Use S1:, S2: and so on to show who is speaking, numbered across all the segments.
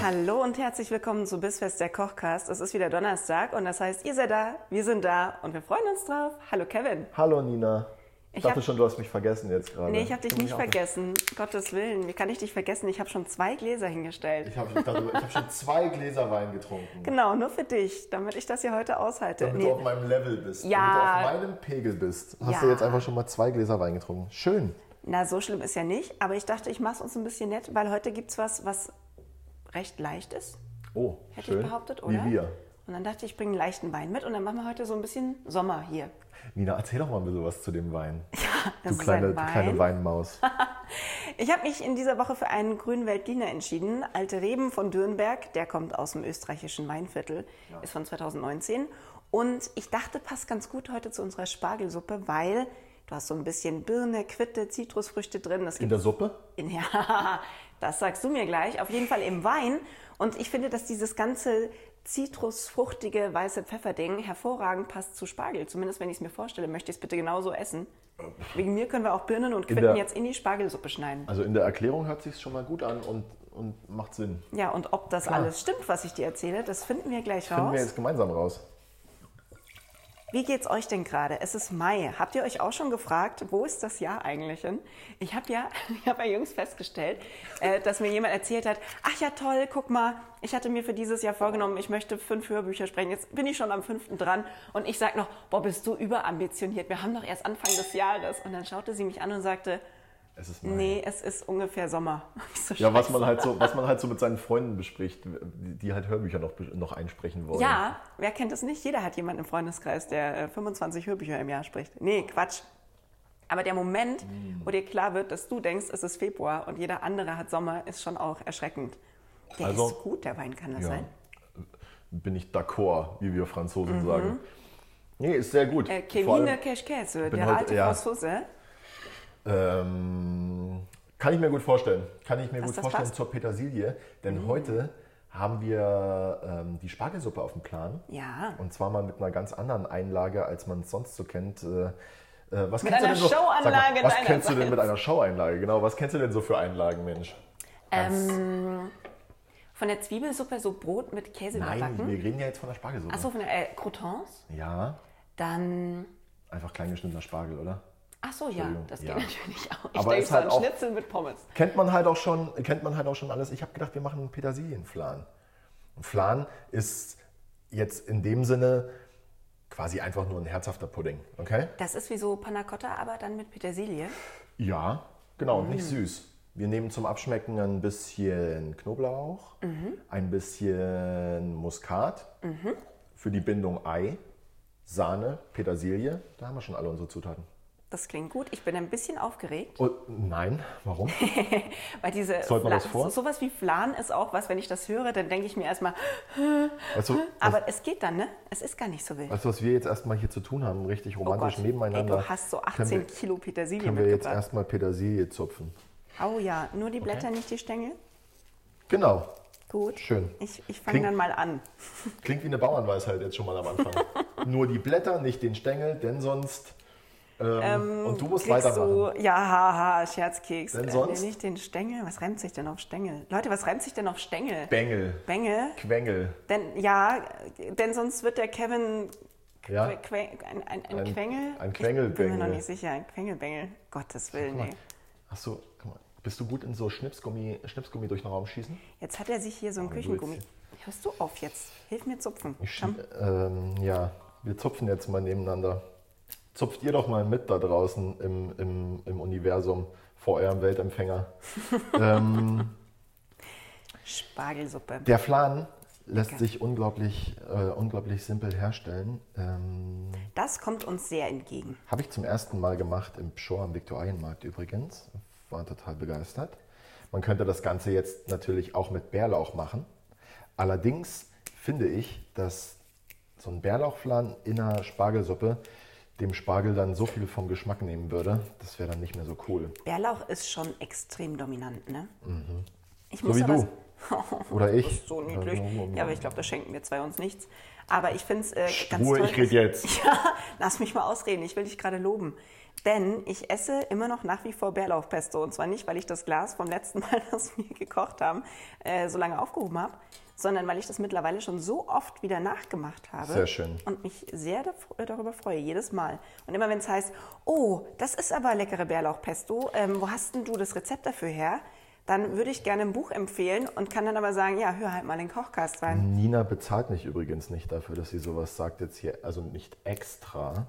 S1: Hallo und herzlich willkommen zu Bissfest der Kochcast. Es ist wieder Donnerstag und das heißt, ihr seid da, wir sind da und wir freuen uns drauf. Hallo Kevin.
S2: Hallo Nina. Ich
S1: hab-
S2: dachte schon, du hast mich vergessen jetzt gerade.
S1: Nee, ich habe dich nicht vergessen. Gottes Willen, wie kann ich dich vergessen? Ich habe schon zwei Gläser hingestellt.
S2: Ich habe ich dachte, ich hab schon zwei Gläser Wein getrunken.
S1: Genau, nur für dich, damit ich das hier heute aushalte.
S2: Damit
S1: Nee.
S2: du auf meinem Level bist.
S1: Ja.
S2: Damit du auf meinem Pegel bist. Hast
S1: Ja.
S2: du jetzt einfach schon mal zwei Gläser Wein getrunken. Schön.
S1: Na, so schlimm ist ja nicht, aber ich dachte, ich mache es uns ein bisschen nett, weil heute gibt es was, was recht leicht ist,
S2: Oh,
S1: hätte
S2: schön.
S1: ich behauptet, oder?
S2: Wie wir.
S1: Und dann dachte ich, ich bringe einen leichten Wein mit und dann machen wir heute so ein bisschen Sommer hier.
S2: Nina, erzähl doch mal ein bisschen was zu dem Wein.
S1: Das
S2: du kleine,
S1: ist ein Wein.
S2: Du kleine Weinmaus.
S1: Ich habe mich in dieser Woche für einen grünen Veltliner entschieden. Alte Reben von Dürnberg, der kommt aus dem österreichischen Weinviertel, ist von 2019. Und ich dachte, passt ganz gut heute zu unserer Spargelsuppe, weil du hast so ein bisschen Birne, Quitte, Zitrusfrüchte drin. Das
S2: In
S1: gibt
S2: der Suppe?
S1: in, ja, das sagst du mir gleich. Auf jeden Fall im Wein. Und ich finde, dass dieses ganze zitrusfruchtige weiße Pfefferding hervorragend passt zu Spargel. Zumindest wenn ich es mir vorstelle, möchte ich es bitte genauso essen. Wegen mir können wir auch Birnen und Quitten
S2: der-
S1: jetzt in die Spargelsuppe schneiden.
S2: Also in der Erklärung hört sich schon mal gut an und, und macht Sinn.
S1: Ja, und ob das alles stimmt, was ich dir erzähle, das finden wir gleich
S2: Finden wir
S1: raus.
S2: jetzt gemeinsam raus.
S1: Wie geht's euch denn gerade? Es ist Mai. Habt ihr euch auch schon gefragt, wo ist das Jahr eigentlich hin? Ich habe ja, ich habe ja jüngst festgestellt, äh, dass mir jemand erzählt hat, ach ja toll, guck mal, ich hatte mir für dieses Jahr vorgenommen, ich möchte fünf Hörbücher sprechen. Jetzt bin ich schon am fünften dran und ich sag noch, boah, bist du überambitioniert. Wir haben doch erst Anfang des Jahres. Und dann schaute sie mich an und sagte,
S2: Es ist Mai.
S1: nee, es ist ungefähr Sommer. Ich so,
S2: Ja, was
S1: "Scheiße."
S2: man, halt so, was man halt so mit seinen Freunden bespricht, die die halt Hörbücher noch, noch einsprechen wollen.
S1: Ja, wer kennt das nicht? Jeder hat jemanden im Freundeskreis, der äh, 25 Hörbücher im Jahr spricht. Nee, Quatsch. Aber der Moment,
S2: Hm.
S1: wo dir klar wird, dass du denkst, es ist Februar und jeder andere hat Sommer, ist schon auch erschreckend. Der
S2: Also-
S1: ist gut, der Wein kann das
S2: Ja.
S1: sein.
S2: Bin ich d'accord, wie wir Franzosen sagen. Nee, ist sehr gut.
S1: Mhm. Äh,
S2: Vor
S1: Kevine
S2: allem,
S1: Keschkäse,
S2: bin halt
S1: der
S2: heute-
S1: alte
S2: ja.
S1: Franzose.
S2: ähm, kann ich mir gut vorstellen. Kann ich mir
S1: Dass
S2: gut
S1: das
S2: vorstellen
S1: passt. Mhm.
S2: zur Petersilie. Denn heute haben wir ähm, die Spargelsuppe auf dem Plan.
S1: Ja.
S2: Und zwar mal mit einer ganz anderen Einlage, als man es sonst so kennt. Äh, äh, was
S1: Mit
S2: kennst du
S1: einer
S2: denn so? Sag
S1: Showanlage
S2: Mal, was kennst du
S1: deinerseits.
S2: denn mit einer Showeinlage? Genau, was kennst du denn so für Einlagen, Mensch? Ganz-
S1: Ähm, Von der Zwiebelsuppe so Brot mit Käse
S2: Nein,
S1: überbacken.
S2: wir reden ja jetzt von der Spargelsuppe.
S1: Achso, von der äh, Croutons.
S2: Ja,
S1: Dann.
S2: einfach kleingeschnittener Spargel, oder?
S1: Achso, ja,
S2: Entschuldigung,
S1: das
S2: ja.
S1: geht natürlich auch. Ich
S2: Aber
S1: denke
S2: ist
S1: so
S2: halt
S1: an
S2: auch-
S1: Schnitzel mit Pommes.
S2: Kennt man halt auch schon, kennt man halt auch schon alles. Ich habe gedacht, wir machen einen Petersilienflan. Ein Flan ist jetzt in dem Sinne quasi einfach nur ein herzhafter Pudding, okay?
S1: Das ist wie so Panna Cotta, aber dann mit Petersilie.
S2: Ja, genau,
S1: Mhm.
S2: und nicht süß. Wir nehmen zum Abschmecken ein bisschen Knoblauch,
S1: Mhm.
S2: ein bisschen Muskat, für die Bindung Ei, Sahne, Petersilie. Da haben wir schon alle unsere Zutaten.
S1: Das klingt gut. Ich bin ein bisschen aufgeregt,
S2: Oh, nein, warum?
S1: weil diese
S2: Sollte man das vor?
S1: so- sowas wie Flan ist auch was, wenn ich das höre, dann denke ich mir erstmal,
S2: Weißt du,
S1: aber es geht dann, ne? Es ist gar nicht so wild.
S2: Weißt du, was wir jetzt erstmal hier zu tun haben, richtig romantisch nebeneinander?
S1: Oh Ey, du hast so
S2: können
S1: 18
S2: wir,
S1: Kilo Petersilie
S2: Können wir jetzt
S1: mitgebracht.
S2: erstmal Petersilie zupfen.
S1: Oh ja, nur die Blätter, nicht die Stängel.
S2: Genau.
S1: Gut.
S2: Schön.
S1: Ich, ich fange
S2: Klingt-
S1: dann mal an.
S2: Klingt wie eine Bauernweisheit jetzt schon mal am Anfang. Nur die Blätter, nicht den Stängel, denn sonst. Ähm, und du musst
S1: Kriegst
S2: weitermachen.
S1: Du, ja, haha, Scherzkeks.
S2: Denn
S1: Äh,
S2: sonst?
S1: Nicht den Stängel. Was reimt sich denn auf Stängel? Leute, was reimt sich denn auf Stängel?
S2: Bengel,
S1: Bengel?
S2: Quengel.
S1: Denn ja, denn sonst wird der Kevin
S2: Ja?
S1: Que- Que- ein, ein, ein,
S2: Ein-
S1: Quengel?
S2: ein
S1: Ich bin mir noch
S2: Quengelbengel.
S1: nicht sicher. Ein Quengelbengel. Gottes Willen, ey.
S2: Achso, guck mal. Bist du gut in so Schnipsgummi, Schnipsgummi durch den Raum schießen?
S1: Jetzt hat er sich hier so ein
S2: du
S1: Küchengummi.
S2: willst
S1: Hörst du auf jetzt? Hilf mir zupfen.
S2: Ich
S1: Komm.
S2: schieb- ähm, ja, wir zupfen jetzt mal nebeneinander. Zupft ihr doch mal mit da draußen im, im, im Universum vor eurem Weltempfänger.
S1: Spargelsuppe.
S2: Der Flan lässt sich unglaublich, äh, unglaublich simpel herstellen. Ähm,
S1: Das kommt uns sehr entgegen.
S2: Habe ich zum ersten Mal gemacht im Pschor am Viktualienmarkt übrigens. War total begeistert. Man könnte das Ganze jetzt natürlich auch mit Bärlauch machen. Allerdings finde ich, dass so ein Bärlauchflan in einer Spargelsuppe dem Spargel dann so viel vom Geschmack nehmen würde, das wäre dann nicht mehr so cool.
S1: Bärlauch ist schon extrem dominant, ne? Ich
S2: Mhm. So wie
S1: aber
S2: du.
S1: s-
S2: Oder
S1: Das
S2: ich.
S1: ist so niedlich. Ja, aber ich glaube, da schenken wir zwei uns nichts. Aber ich finde es äh, ganz
S2: Ruhe,
S1: toll.
S2: ich rede jetzt.
S1: Ja, lass mich mal ausreden. Ich will dich gerade loben. Denn ich esse immer noch nach wie vor Bärlauchpesto. Und zwar nicht, weil ich das Glas vom letzten Mal, das wir gekocht haben, äh, so lange aufgehoben habe, sondern weil ich das mittlerweile schon so oft wieder nachgemacht habe.
S2: Sehr schön.
S1: Und mich sehr daf- darüber freue, jedes Mal. Und immer wenn es heißt, oh, das ist aber leckere Bärlauchpesto, ähm, wo hast denn du das Rezept dafür her? Dann würde ich gerne ein Buch empfehlen und kann dann aber sagen, ja, hör halt mal den Kochcast rein.
S2: Nina bezahlt mich übrigens nicht dafür, dass sie sowas sagt jetzt hier. Also nicht extra,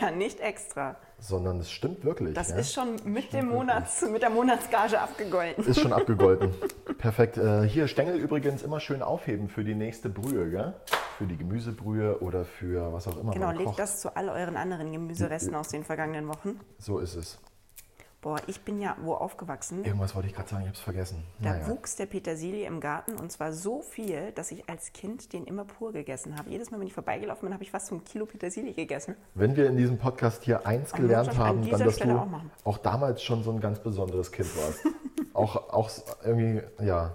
S1: Ja, nicht extra.
S2: sondern es stimmt wirklich.
S1: Das
S2: ja?
S1: ist schon mit, dem Monats, mit der Monatsgage abgegolten.
S2: Ist schon abgegolten. Perfekt. Äh, hier Stängel übrigens immer schön aufheben für die nächste Brühe, gell? Für die Gemüsebrühe oder für was auch immer
S1: Genau,
S2: man
S1: legt
S2: kocht.
S1: das zu all euren anderen Gemüseresten aus den vergangenen Wochen.
S2: So ist es.
S1: Boah, ich bin ja wo aufgewachsen.
S2: Irgendwas wollte ich gerade sagen, ich hab's vergessen.
S1: Da
S2: Naja.
S1: wuchs der Petersilie im Garten und zwar so viel, dass ich als Kind den immer pur gegessen habe. Jedes Mal, wenn ich vorbeigelaufen bin, habe ich fast so ein Kilo Petersilie gegessen.
S2: Wenn wir in diesem Podcast hier eins
S1: muss
S2: gelernt
S1: das an
S2: haben, dann,
S1: dieser
S2: dass
S1: Stelle
S2: du
S1: auch machen.
S2: auch damals schon so ein ganz besonderes Kind warst. auch, auch irgendwie, ja.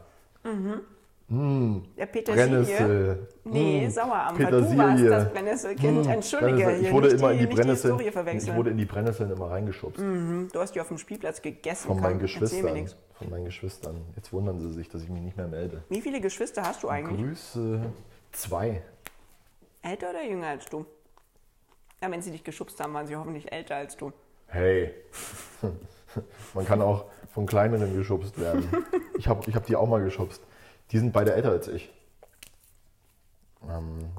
S1: Der Petersilie.
S2: Brennnessel.
S1: Nee,
S2: Mm,
S1: Sauerampfer.
S2: Petersilie.
S1: Du warst das Brennnesselkind.
S2: Mm,
S1: Entschuldige,
S2: Brennnessel.
S1: hier
S2: Ich wurde
S1: nicht
S2: immer
S1: die-
S2: in die
S1: nicht die
S2: Brennnesseln.
S1: Historie verwechseln. Mhm.
S2: ich wurde in die Brennnesseln immer reingeschubst.
S1: Du hast die auf dem Spielplatz gegessen.
S2: Von
S1: komm,
S2: meinen
S1: erzähl mir
S2: Geschwistern.
S1: nichts.
S2: Von meinen Geschwistern. Jetzt wundern sie sich, dass ich mich nicht mehr melde.
S1: Wie viele Geschwister hast
S2: Oh
S1: du eigentlich?
S2: Grüße. Zwei.
S1: Älter oder jünger als du? Ja, wenn sie dich geschubst haben, waren sie hoffentlich älter als du.
S2: Hey. Man kann auch von kleineren geschubst werden. Ich habe ich hab die auch mal geschubst. Die sind beide älter als ich.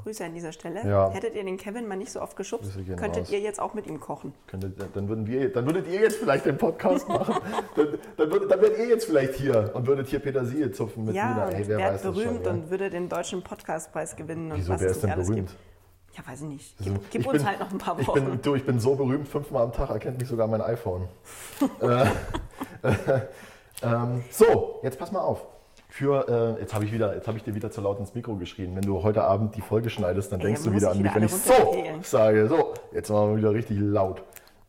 S1: Grüße an dieser Stelle.
S2: Ja.
S1: Hättet ihr den Kevin mal nicht so oft geschubst,
S2: Grüße gehen
S1: könntet
S2: raus.
S1: ihr jetzt auch mit ihm kochen.
S2: Könntet, dann, würden wir, dann würdet ihr jetzt vielleicht den Podcast machen. dann, dann, würdet, dann wärt ihr jetzt vielleicht hier und würdet hier Petersilie zupfen mit
S1: ja,
S2: Nina.
S1: und
S2: Hey, wer
S1: wäre
S2: weiß das schon.
S1: berühmt
S2: ja?
S1: und würde den deutschen Podcastpreis gewinnen. Und
S2: Wieso,
S1: was
S2: wer
S1: es
S2: ist
S1: nicht
S2: denn
S1: alles
S2: berühmt?
S1: Gibt. Ja, weiß ich nicht.
S2: Also,
S1: Gib, gib
S2: ich
S1: uns
S2: bin-
S1: halt noch ein paar
S2: Ich
S1: Wochen.
S2: bin, du, ich bin so berühmt, fünfmal am Tag erkennt mich sogar mein iPhone. Äh, äh, ähm, so, jetzt pass mal auf. Für, äh, jetzt habe ich, wieder- jetzt hab ich dir wieder zu laut ins Mikro geschrien. Wenn du heute Abend die Folge schneidest, dann
S1: Ey,
S2: denkst
S1: dann
S2: du
S1: muss
S2: wieder
S1: ich
S2: an mich,
S1: wieder
S2: wenn
S1: alle
S2: ich so
S1: runterregeln.
S2: sage. So, jetzt machen wir wieder richtig laut.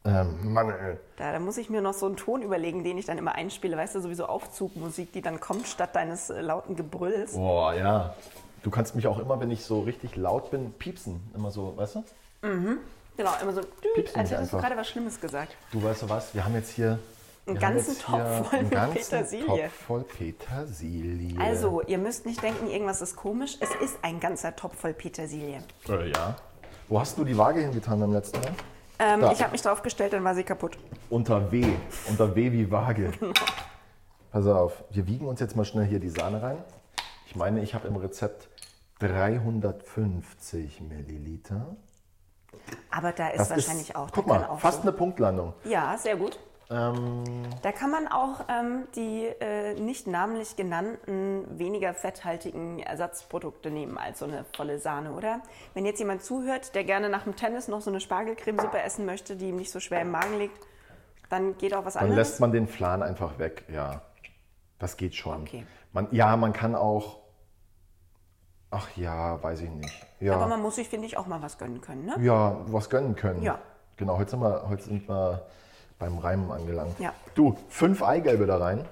S2: Ähm, Mann, ey.
S1: Da, da muss ich mir noch so einen Ton überlegen, den ich dann immer einspiele. Weißt du, sowieso Aufzugmusik, die dann kommt statt deines äh, lauten Gebrülls.
S2: Boah, ja. Du kannst mich auch immer, wenn ich so richtig laut bin, piepsen. Immer so, weißt du?
S1: Genau, immer so ein als
S2: Piepst du nicht
S1: hättest du
S2: einfach?
S1: gerade was Schlimmes gesagt.
S2: Du weißt du was, wir haben jetzt hier...
S1: Einen
S2: wir haben
S1: ganzen
S2: jetzt
S1: Topf
S2: hier
S1: voll
S2: einen
S1: mit
S2: ganzen
S1: Petersilie.
S2: Topf voll Petersilie.
S1: Also, ihr müsst nicht denken, irgendwas ist komisch. Es ist ein ganzer Topf voll Petersilie.
S2: Äh, ja. Wo hast du die Waage hingetan beim letzten Mal?
S1: Ähm,
S2: Da.
S1: Ich habe mich drauf gestellt, dann war sie kaputt.
S2: Unter W. Unter W wie Waage.
S1: Genau.
S2: Pass auf, wir wiegen uns jetzt mal schnell hier die Sahne rein. Ich meine, ich habe im Rezept 350 Milliliter.
S1: Aber da ist wahrscheinlich auch. da
S2: Guck
S1: kann
S2: mal,
S1: auch
S2: fast
S1: so-
S2: eine Punktlandung.
S1: Ja, sehr gut.
S2: Ähm,
S1: Da kann man auch ähm, die äh, nicht namentlich genannten, weniger fetthaltigen Ersatzprodukte nehmen als so eine volle Sahne, oder? Wenn jetzt jemand zuhört, der gerne nach dem Tennis noch so eine Spargelcremesuppe essen möchte, die ihm nicht so schwer im Magen liegt, dann geht auch was
S2: dann lässt
S1: anderes.
S2: man den Flan einfach weg, ja. Das geht schon.
S1: Okay.
S2: Man, ja, man kann auch. Ach ja, weiß ich nicht. Ja.
S1: Aber man muss sich, finde ich, auch mal was gönnen können, ne?
S2: ja, was gönnen können.
S1: Ja.
S2: Genau, heute sind wir, heute sind wir beim Reimen angelangt.
S1: Ja.
S2: Du, fünf Eigelbe da rein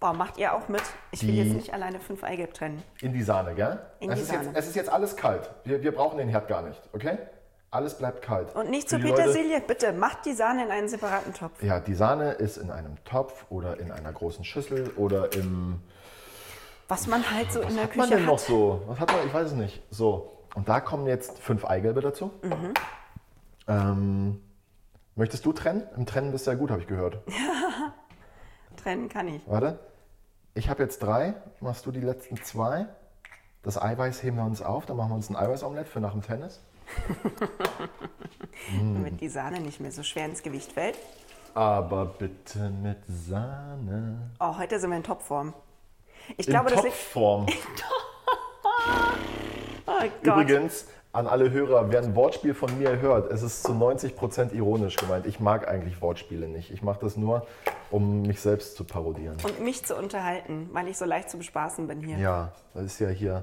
S1: Boah, macht ihr auch mit? Ich will
S2: Die-
S1: jetzt nicht alleine fünf Eigelb trennen.
S2: in die Sahne, gell?
S1: In
S2: es,
S1: die
S2: ist
S1: Sahne.
S2: Jetzt, es ist jetzt alles kalt. Wir, wir brauchen den Herd gar nicht, okay? Alles bleibt kalt.
S1: Und nicht
S2: Für
S1: zu
S2: die Leute-
S1: Petersilie, bitte. Macht die Sahne in einen separaten Topf.
S2: Ja, die Sahne ist in einem Topf oder in einer großen Schüssel oder im.
S1: Was man halt so in der
S2: Hat man
S1: Küche
S2: denn
S1: hat.
S2: noch so? Was hat man? Ich weiß es nicht. So. Und da kommen jetzt fünf Eigelbe dazu.
S1: Mhm.
S2: Ähm, möchtest du trennen? Im Trennen bist du ja gut, habe ich gehört.
S1: Trennen kann ich.
S2: Warte. Ich habe jetzt drei. Machst du die letzten zwei? Das Eiweiß heben wir uns auf. Dann machen wir uns ein Eiweißomelett für nach dem Tennis. Hm.
S1: Damit die Sahne nicht mehr so schwer ins Gewicht fällt.
S2: Aber bitte mit Sahne.
S1: Oh, heute sind wir in Topform. Ich
S2: In
S1: glaube, das liegt.
S2: Topfform.
S1: Oh Gott.
S2: Übrigens, An alle Hörer, wer ein Wortspiel von mir hört, es ist zu 90% ironisch gemeint. Ich mag eigentlich Wortspiele nicht. Ich mache das nur, um mich selbst zu parodieren.
S1: Und mich zu unterhalten, weil ich so leicht zu bespaßen bin hier.
S2: Ja, das ist ja hier.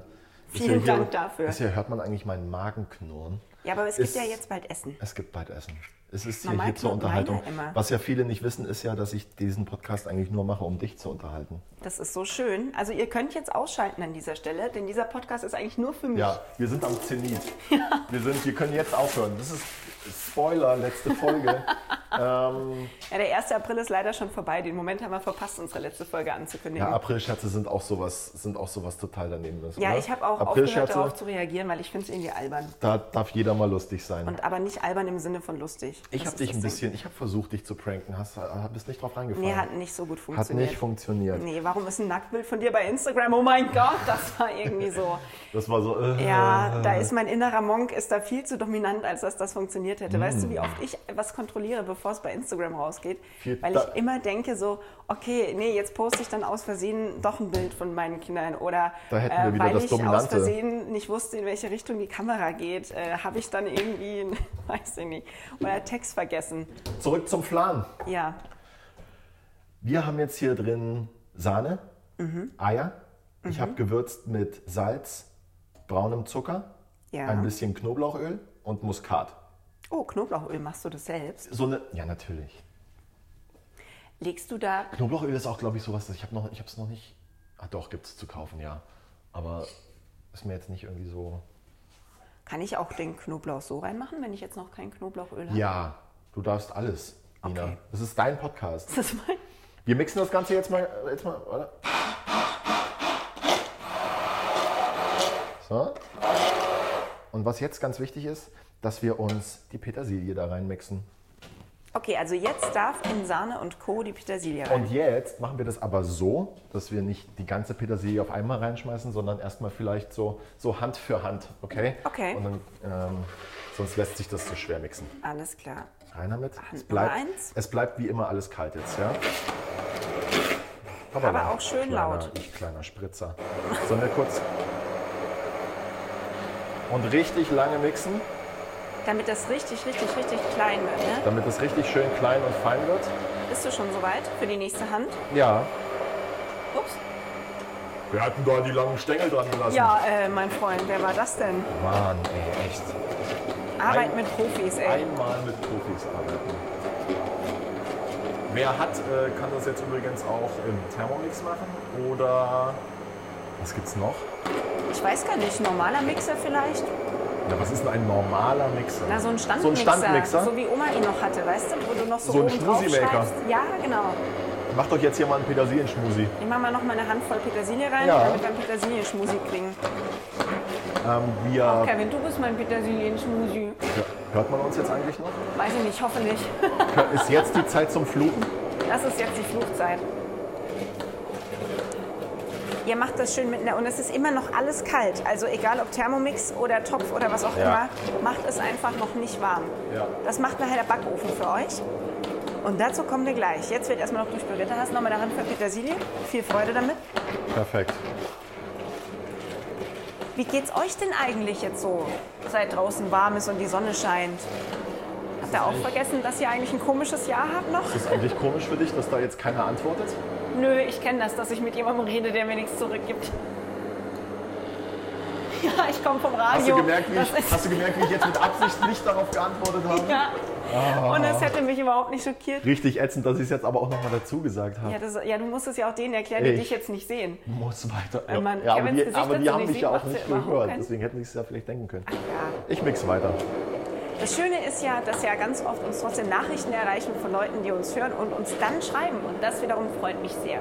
S2: ist
S1: Vielen
S2: ja hier,
S1: Dank dafür.
S2: Das hier hört man eigentlich meinen Magen knurren.
S1: Ja, aber es gibt
S2: Ist-
S1: ja jetzt bald Essen.
S2: Es gibt bald Essen. Es ist ja
S1: Normal
S2: hier zur
S1: knurrt
S2: Unterhaltung.
S1: meiner immer.
S2: Was ja viele nicht wissen, ist ja, dass ich diesen Podcast eigentlich nur mache, um dich zu unterhalten.
S1: Das ist so schön. Also ihr könnt jetzt ausschalten an dieser Stelle, denn dieser Podcast ist eigentlich nur für mich.
S2: Ja, wir sind am Zenit. Wir, sind, wir können jetzt aufhören. Das ist Spoiler, letzte Folge. Ähm,
S1: Ja, der 1. April ist leider schon vorbei. Den Moment haben wir verpasst, unsere letzte Folge anzukündigen.
S2: Ja, Aprilscherze sind auch sowas, sind auch sowas total danebenes.
S1: Mhm. Ja,
S2: oder?
S1: ich habe auch aufgehört,
S2: ne? Aprilscherze,
S1: darauf zu reagieren, weil ich finde es irgendwie albern.
S2: da darf jeder mal lustig sein.
S1: Und aber nicht albern im Sinne von lustig.
S2: ich
S1: Das
S2: habe
S1: ist
S2: dich
S1: das
S2: ein
S1: Ding.
S2: bisschen, ich habe versucht, dich zu pranken. Hast, hab- bist nicht drauf reingefallen.
S1: Nee, hat nicht so gut
S2: Hat
S1: funktioniert.
S2: nicht funktioniert.
S1: Nee, warum ist ein Nacktbild von dir bei Instagram? Oh mein Gott, das war irgendwie so.
S2: Das war so. Äh,
S1: Ja, da ist mein innerer Monk ist da viel zu dominant, als dass das funktioniert hätte. Weißt
S2: Mm.
S1: du, wie oft ich was kontrolliere, bevor es bei Instagram rausgeht?
S2: Viel
S1: Weil
S2: da-
S1: ich immer denke so, okay, nee, jetzt poste ich dann aus Versehen doch ein Bild von meinen Kindern oder äh,
S2: Da hätten wir wieder
S1: weil
S2: das
S1: ich aus
S2: Dominante.
S1: Versehen nicht wusste, in welche Richtung die Kamera geht, äh, habe ich dann irgendwie, weiß ich nicht, oder Text vergessen.
S2: Zurück zum Flan.
S1: Ja,
S2: Wir haben jetzt hier drin Sahne,
S1: Mhm.
S2: Eier. Ich habe gewürzt mit Salz, braunem Zucker,
S1: Ja.
S2: ein bisschen Knoblauchöl und Muskat.
S1: oh, Knoblauchöl, machst du das selbst?
S2: So eine. Ja, natürlich.
S1: Legst du da
S2: Knoblauchöl ist auch, glaube ich, sowas, das ich habe noch, ich habe es noch nicht. Ah, doch, gibt es zu kaufen, ja. Aber ist mir jetzt nicht irgendwie so.
S1: Kann ich auch den Knoblauch so reinmachen, wenn ich jetzt noch kein Knoblauchöl habe?
S2: Ja, du darfst alles, Nina.
S1: Okay.
S2: Das ist dein Podcast.
S1: Das ist mein
S2: Wir mixen das Ganze jetzt mal, äh, jetzt mal, oder? So. Und was jetzt ganz wichtig ist, dass wir uns die Petersilie da reinmixen.
S1: okay, also jetzt darf in Sahne und Co. die Petersilie rein.
S2: Und jetzt machen wir das aber so, dass wir nicht die ganze Petersilie auf einmal reinschmeißen, sondern erstmal vielleicht so, so Hand für Hand, okay?
S1: Okay.
S2: Und dann, ähm, sonst lässt sich das zu schwer mixen.
S1: Alles klar.
S2: Rein damit. Es
S1: Hand
S2: bleibt,
S1: Ah, Nummer eins.
S2: es bleibt wie immer alles kalt jetzt, ja?
S1: Aber auch schön
S2: kleiner,
S1: laut.
S2: Ich kleiner Spritzer. Sollen wir kurz. Und richtig lange mixen,
S1: Damit das richtig, richtig, richtig klein wird, ne?
S2: damit es richtig schön klein und fein wird.
S1: Bist du schon soweit für die nächste Hand?
S2: Ja.
S1: Ups.
S2: Wir hatten da die langen Stängel dran gelassen.
S1: Ja, äh, mein Freund, wer war das denn?
S2: Mann, ey, echt.
S1: Arbeit
S2: Ein-
S1: mit Profis, ey.
S2: Einmal mit Profis arbeiten. Wer hat, äh, kann das jetzt übrigens auch im Thermomix machen oder. Was gibt's noch?
S1: Ich weiß gar nicht, normaler Mixer vielleicht?
S2: Ja, was ist denn ein normaler Mixer?
S1: Na, so ein Standmixer.
S2: So ein Standmixer?
S1: So wie Oma ihn noch hatte, weißt du? Wo du noch so,
S2: So ein
S1: oben drauf
S2: Schmusi-Maker.
S1: schreibst. Ja, genau.
S2: Mach doch jetzt hier mal einen Petersilenschmusi.
S1: Ich mache mal noch mal eine Handvoll Petersilie rein,
S2: Ja.
S1: damit wir einen Petersilien-Schmusi kriegen.
S2: Ähm, wir.
S1: Kevin, du bist mein Petersilien-Schmusi.
S2: Hört man uns jetzt eigentlich noch?
S1: Weiß ich nicht, hoffe nicht.
S2: Ist jetzt die Zeit zum Fluchen?
S1: Das ist jetzt die Fluchtzeit. Ihr macht das schön mit einer. Und es ist immer noch alles kalt. Also egal ob Thermomix oder Topf oder was auch
S2: Ja.
S1: immer, macht es einfach noch nicht warm.
S2: Ja.
S1: Das macht nachher der Backofen für euch. Und dazu kommen wir gleich. Jetzt wird erstmal noch durchpüriert. Da hast du nochmal daran für Petersilie. Viel Freude damit.
S2: Perfekt.
S1: Wie geht's euch denn eigentlich jetzt so, seit draußen warm ist und die Sonne scheint? Habt ihr auch vergessen, dass ihr eigentlich ein komisches Jahr habt noch?
S2: Ist eigentlich komisch für dich, dass da jetzt keiner antwortet?
S1: Nö, ich kenne das, dass ich mit jemandem rede, der mir nichts zurückgibt. Ja, ich komme vom Radio.
S2: Hast du, gemerkt, wie
S1: das
S2: ich,
S1: ist,
S2: hast du gemerkt, wie ich jetzt mit Absicht nicht darauf geantwortet habe?
S1: ja. Und
S2: Oh.
S1: es hätte mich überhaupt nicht schockiert.
S2: Richtig ätzend, dass ich es jetzt aber auch nochmal dazu gesagt habe.
S1: Ja, das, ja, du musst es ja auch denen erklären, die
S2: Ich.
S1: dich jetzt nicht sehen.
S2: Muss weiter.
S1: Wenn man
S2: ja, aber
S1: Kevins
S2: die,
S1: Gesicht
S2: aber die
S1: dazu
S2: haben
S1: nicht
S2: mich
S1: sieht,
S2: ja auch
S1: macht's
S2: nicht
S1: ja überhaupt
S2: gehört,
S1: keinen-
S2: deswegen hätten sie es ja vielleicht denken können.
S1: Ja.
S2: Ich mix weiter.
S1: Das Schöne ist ja, dass ja ganz oft uns trotzdem Nachrichten erreichen von Leuten, die uns hören und uns dann schreiben. Und das wiederum freut mich sehr.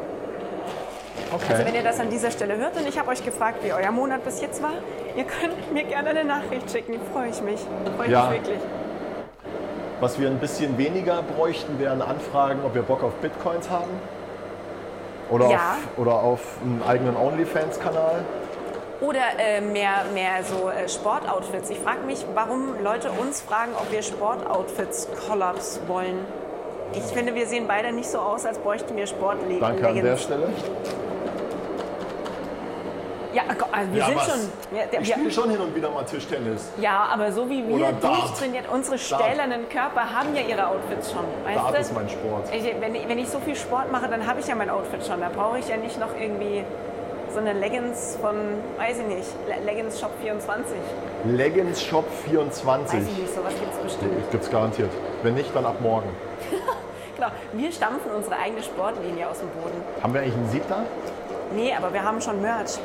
S1: Also wenn
S2: Okay.
S1: ihr das an dieser Stelle hört und ich habe euch gefragt, wie euer Monat bis jetzt war, ihr könnt mir gerne eine Nachricht schicken. Freue ich mich. Freue ich
S2: Ja.
S1: mich wirklich.
S2: Was wir ein bisschen weniger bräuchten, wären Anfragen, ob wir Bock auf Bitcoins haben. Oder,
S1: Ja.
S2: auf, oder auf einen eigenen OnlyFans-Kanal.
S1: Oder äh, mehr, mehr so äh, Sportoutfits. Ich frage mich, warum Leute uns fragen, ob wir Sportoutfits-Collabs wollen. Ich finde, wir sehen beide nicht so aus, als bräuchten wir Sportleggings.
S2: Danke an der Stelle.
S1: Ja, komm, also wir
S2: Ja,
S1: sind
S2: was?
S1: schon. Ja, der-
S2: ich
S1: wir-
S2: spiele schon hin und wieder mal Tischtennis.
S1: ja, aber so wie wir
S2: Oder Dart.
S1: durchtrainiert, unsere stählernen Körper haben ja ihre Outfits schon. Weißt
S2: Dart
S1: du?
S2: ist mein Sport.
S1: Ich, wenn, ich- wenn ich so viel Sport mache, dann habe ich ja mein Outfit schon. Da brauche ich ja nicht noch irgendwie so eine Leggings von, weiß ich nicht, Le- Leggings Shop 24.
S2: Leggings Shop
S1: Weiß
S2: 24.
S1: ich nicht, sowas gibt es bestimmt.
S2: Das gibt's garantiert. Wenn nicht, dann ab morgen.
S1: Genau, wir stampfen unsere eigene Sportlinie aus dem Boden.
S2: Haben wir eigentlich einen Sieb da?
S1: Nee, aber wir haben schon Merch.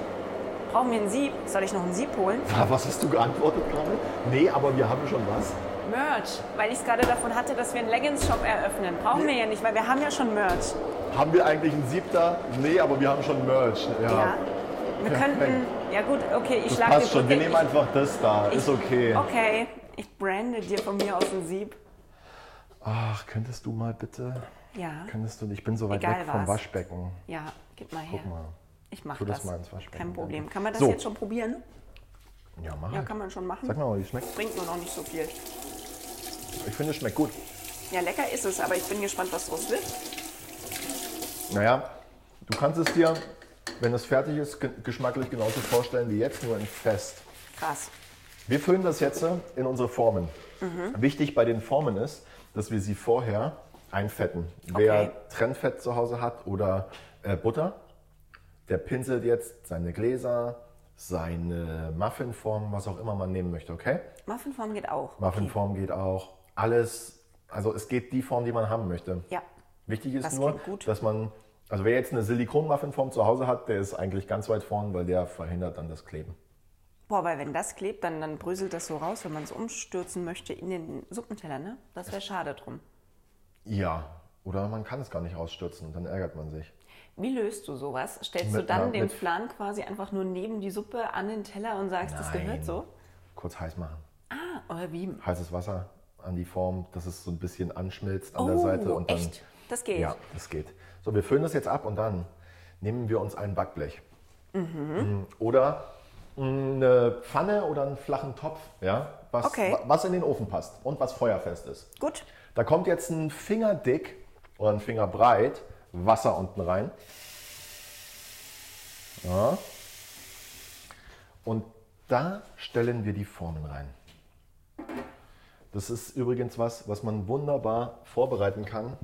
S1: Brauchen wir ein Sieb? Soll ich noch ein Sieb holen?
S2: Was hast du geantwortet gerade? Nee, aber wir haben schon was.
S1: Merch, weil ich es gerade davon hatte, dass wir einen Leggings-Shop eröffnen. Brauchen wir ja nicht, weil wir haben ja schon Merch.
S2: Haben wir eigentlich einen Sieb da? Nee, aber wir haben schon Merch. Ja.
S1: Ja. Wir könnten. Ja gut, okay, ich
S2: Das
S1: schlage
S2: passt schon. Wir nehmen einfach das da. Ist okay.
S1: Okay, ich brande dir von mir aus ein Sieb.
S2: Ach, könntest du mal bitte?
S1: Ja.
S2: Könntest du? Ich bin so weit
S1: Egal
S2: weg vom
S1: was.
S2: Waschbecken.
S1: Ja, gib mal her.
S2: Guck mal.
S1: Ich mach
S2: Tu das
S1: das.
S2: mal ins Waschbecken,
S1: Kein Problem.
S2: danke.
S1: Kann man das
S2: So.
S1: jetzt schon probieren?
S2: Ja, mach.
S1: Ja, kann man schon machen.
S2: Sag mal, wie schmeckt?
S1: Bringt nur noch nicht so viel.
S2: Ich finde, es schmeckt gut.
S1: Ja, lecker ist es, aber ich bin gespannt, was draus wird.
S2: Naja, du kannst es dir, wenn es fertig ist, ge- geschmacklich genauso vorstellen wie jetzt, nur in fest.
S1: Krass.
S2: Wir füllen das jetzt in unsere Formen.
S1: Mhm.
S2: Wichtig bei den Formen ist, dass wir sie vorher einfetten.
S1: Okay.
S2: Wer Trennfett zu Hause hat oder äh, Butter, der pinselt jetzt seine Gläser, seine Muffinform, was auch immer man nehmen möchte, okay?
S1: Muffinform geht auch.
S2: Muffinform geht auch. Alles, also es geht die Form, die man haben möchte.
S1: Ja.
S2: Wichtig ist
S1: Das
S2: nur,
S1: klingt gut.
S2: dass man, also wer jetzt eine Silikonmuffinform zu Hause hat, der ist eigentlich ganz weit vorn, weil der verhindert dann das Kleben.
S1: Boah, weil wenn das klebt, dann, dann bröselt das so raus, wenn man es umstürzen möchte in den Suppenteller, ne? Das wäre schade drum.
S2: Ja, oder man kann es gar nicht ausstürzen und dann ärgert man sich.
S1: Wie löst du sowas? Stellst du
S2: Mit
S1: dann
S2: einer-
S1: den
S2: mit-
S1: Flan quasi einfach nur neben die Suppe an den Teller und sagst, das gehört
S2: Nein.
S1: so?
S2: Kurz heiß machen.
S1: Ah, Oder wie?
S2: Heißes Wasser an die Form, dass es so ein bisschen anschmilzt an
S1: Oh,
S2: der Seite. Und dann,
S1: echt? Das geht?
S2: Ja, das geht. So, wir füllen das jetzt ab und dann nehmen wir uns ein Backblech.
S1: Mhm.
S2: Mm, Oder eine Pfanne oder einen flachen Topf, ja, was,
S1: Okay.
S2: was in den Ofen passt und was feuerfest ist.
S1: Gut.
S2: Da kommt jetzt ein Finger dick oder ein Finger breit Wasser unten rein. Ja. Und da stellen wir die Formen rein. Das ist übrigens was, was man wunderbar vorbereiten kann.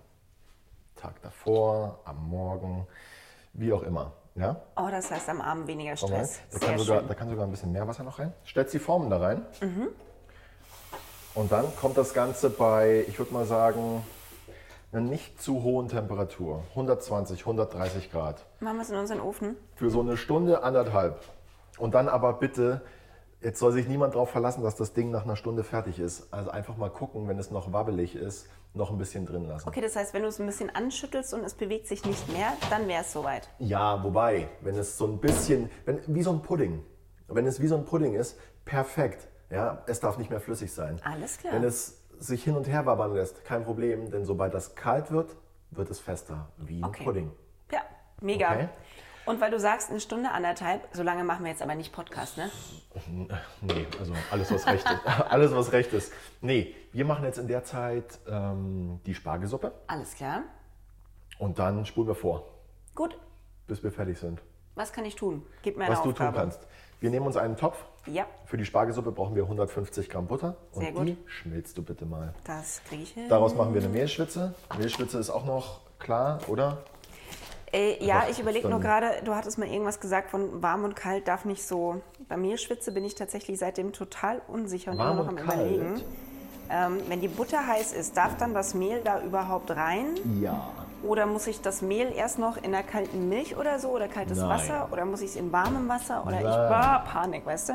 S2: Tag davor, am Morgen, wie auch immer. Ja?
S1: Oh, das heißt am Abend weniger Stress.
S2: Da,
S1: Sehr
S2: kann sogar,
S1: schön. Mhm.
S2: da kann sogar ein bisschen mehr Wasser noch rein. Stellst die Formen da rein. Und dann kommt das Ganze bei, ich würde mal sagen, einer nicht zu hohen Temperatur. 120, 130 Grad.
S1: Machen wir es in unseren Ofen?
S2: Für so eine Stunde, anderthalb. Und dann aber bitte, jetzt soll sich niemand darauf verlassen, dass das Ding nach einer Stunde fertig ist. Also einfach mal gucken, wenn es noch wabbelig ist, noch ein bisschen drin lassen.
S1: Okay, das heißt, wenn du es ein bisschen anschüttelst und es bewegt sich nicht mehr, dann wäre es soweit.
S2: Ja, wobei, wenn es so ein bisschen, wenn, wie so ein Pudding. Wenn es wie so ein Pudding ist, perfekt. Ja, es darf nicht mehr flüssig sein.
S1: Alles klar.
S2: Wenn es sich hin und her wabbern lässt, kein Problem, denn sobald das kalt wird, wird es fester, wie ein
S1: Okay.
S2: Pudding.
S1: Ja, mega.
S2: Okay.
S1: Und weil du sagst, eine Stunde, anderthalb, so lange machen wir jetzt aber nicht Podcast, ne?
S2: Nee, also alles, was recht ist. alles, was recht ist. Nee, wir machen jetzt in der Zeit ähm, die Spargelsuppe
S1: Alles klar.
S2: und dann spulen wir vor,
S1: Gut,
S2: bis wir fertig sind.
S1: was kann ich tun? Gib mir eine
S2: was du tun
S1: Aufgabe.
S2: kannst. Wir nehmen uns einen Topf.
S1: Ja.
S2: Für die Spargelsuppe brauchen wir 150 Gramm Butter.
S1: Sehr
S2: und
S1: gut.
S2: die schmilzt du bitte mal.
S1: Das kriege ich hin.
S2: Daraus machen wir eine Mehlschwitze. Mehlschwitze ist auch noch klar, oder?
S1: Äh, ja,
S2: Doch,
S1: ich überlege nur
S2: dann-
S1: gerade, du hattest mal irgendwas gesagt von warm und kalt darf nicht so. Bei mir schwitze bin ich tatsächlich seitdem total unsicher und
S2: Warm
S1: immer noch am
S2: und kalt.
S1: Überlegen. Ähm, wenn die Butter heiß ist, darf dann das Mehl da überhaupt rein?
S2: Ja.
S1: Oder muss ich das Mehl erst noch in der kalten Milch oder so oder kaltes
S2: Nein.
S1: Wasser? Oder muss ich es in warmem Wasser? Oder ich
S2: Nein.
S1: war Panik, weißt du?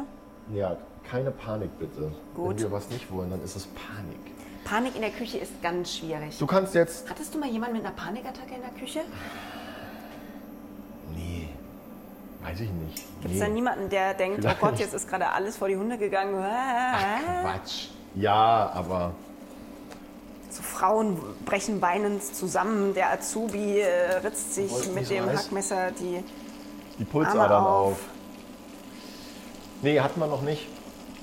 S2: Ja, keine Panik bitte.
S1: Gut.
S2: Wenn wir was nicht wollen, dann ist es Panik.
S1: Panik in der Küche ist ganz schwierig.
S2: Du kannst jetzt.
S1: Hattest du mal jemanden mit einer Panikattacke in der Küche?
S2: Nee. Weiß ich nicht.
S1: Gibt es da niemanden, der denkt,
S2: Vielleicht.
S1: oh Gott, jetzt ist gerade alles vor die Hunde gegangen? Äh,
S2: Quatsch. Ja, aber.
S1: So Frauen brechen weinend zusammen, der Azubi äh, ritzt sich
S2: Wolltest
S1: mit
S2: nicht so
S1: dem
S2: heiß?
S1: Hackmesser die.
S2: Die Pulsadern
S1: Arme auf.
S2: auf. Nee, hatten wir noch nicht.